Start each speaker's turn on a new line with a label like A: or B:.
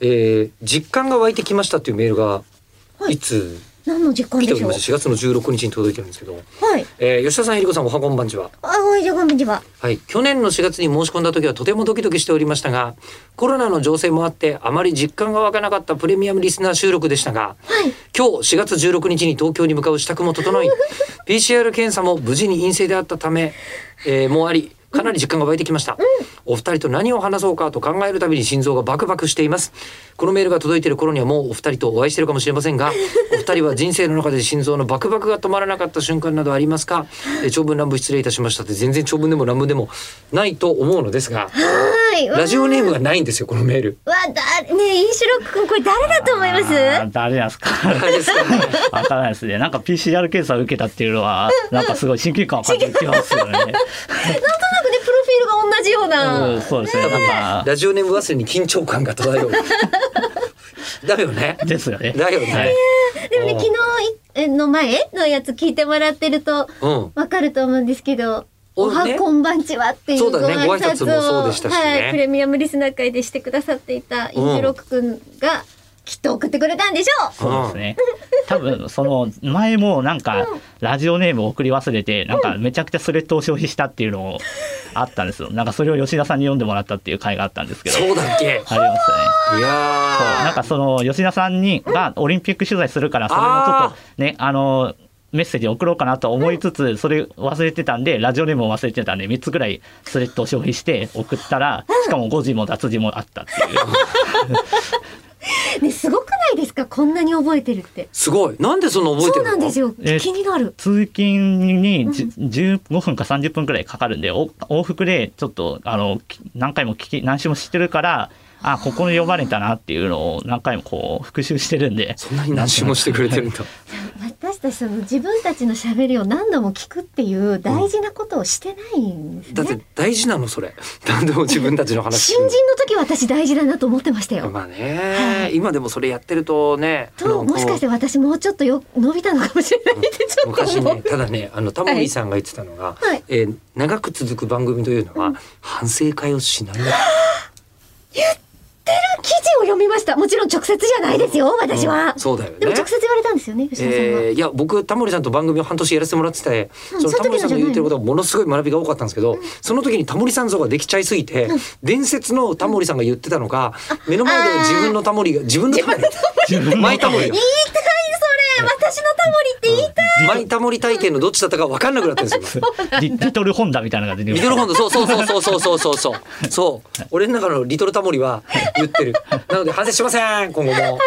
A: えー、実感が湧いてきましたっていうメールが、
B: はい
A: いつ
B: 何の時間
A: 来て
B: で
A: おり
B: しょう
A: ま。して、4月の16日に届いてるんですけど、
B: はい。
A: えー、吉田さん、えりこさん、おはこんばんちは。
B: あ、おいじゃこんにちは。
A: はい、去年の4月に申し込んだ時はとてもドキドキしておりましたがコロナの情勢もあってあまり実感が湧かなかったプレミアムリスナー収録でしたが
B: はい。
A: 今日4月16日に東京に向かう支度も整い PCR 検査も無事に陰性であったため、えーもありかなり実感が湧いてきました、お二人と何を話そうかと考えるたびに心臓がバクバクしていますこのメールが届いている頃にはもうお二人とお会いしているかもしれませんがお二人は人生の中で心臓のバクバクが止まらなかった瞬間などありますか、えー長文乱文失礼いたしましたって全然長文でも乱文でもないと思うのですが
B: はい。わ
A: ラジオネームがないんですよこのメール
B: わ、だ、ねえ、インシロック君、これ誰だと思います。
C: あー誰ですか。
A: 誰ですか
C: わからないですね。なんか PCR 検査を受けたっていうのは、なんかすごい親近感を感じてきますよね。
B: なんかね、プロフィールが同じよう
C: うん、
B: な。
C: そうですね。なんか、
A: ラジオネーム忘れに緊張感が漂う。 だよね。
C: ですよね。
A: だよね
C: はい
B: でもね、
A: うん
B: 昨日いの前のやつ聞いてもらってると、
A: うん。
B: わかると思うんですけど。お
A: おね
B: はこんばんちはっていう
A: そう
B: ご
A: だ
B: 挨
A: ね
B: 拶を、
A: ご挨拶もそうでしたしね
B: はい、プレミアムリスナー会でしてくださっていたインシロック君がきっと送ってくれたんでしょう。
C: そうですね。多分、その前もなんか、ラジオネームを送り忘れて、なんかめちゃくちゃスレッドを消費したっていうのをあったんですよ。なんかそれを吉田さんに読んでもらったっていう回があったんですけど。あり
A: そうだっけ。い
C: ますね。そうなん
A: や
C: かその吉田さんにがオリンピック取材するからそれもちょっとねあのメッセージ送ろうかなと思いつつそれ忘れてたんでラジオネームを忘れてたんで3つぐらいスレッドを消費して送ったらしかも誤字も脱字もあったって いう
B: ね、すごくないですか、こんなに覚えてるって。
A: ー。すごい。なんでそんな覚え
B: そ
A: て
B: う
A: るの。
B: なんですよ。
C: え
B: 気になる。
C: 通勤にじゅ15分か30分くらいかかるんでお往復でちょっとあのき何回も聞き何周も知ってるからあここに呼ばれたなっていうのを何回もこう復習してるんで
A: そんなに何周もしてくれてるんだ。
B: 私たちその自分たちの喋りを何度も聞くっていう大事なことをしてないんです
A: だ
B: ね。
A: って大事なのそれ。何でも自分たちの話。
B: 新人の時は私大事だなと思ってましたよ。
A: まあね、今でもそれやってるとね。あ
B: と
A: の
B: もしかして私もうちょっとよ伸びたのかもしれないってちょっと
A: 昔
B: 思う。
A: ね、ただね、あのタモリさんが言ってたのが、
B: はい
A: えー長く続く番組というのは、反省会をしない。
B: 記事を読みました。もちろん直接じゃないですよ、私は
A: うん。そうだよね。
B: でも直接言われたんですよね、吉田さんは。
A: えーいや僕タモリさんと番組を半年やらせてもらってて、
B: うん
A: その
B: そ
A: タ
B: の時
A: モ
B: の
A: リさんの
B: じゃない
A: 言ってることがものすごい学びが多かったんですけど、その時にタモリさん像ができちゃいすぎて、伝説のタモリさんが言ってたのが、目の前で自分のタモリが自分のタモ
C: 自分
A: リマイタモリ
B: 言いたいそれ私のタモリって言いたい、
A: マイタモリ体験のどっちだったか分かんなくなってるんです よ。
C: リリトルホンダみたいな感じで
A: リトルホンドそうそうそうそうそうそうそうそうそう俺の中のリトルタモリは言ってるなので反省しません今後も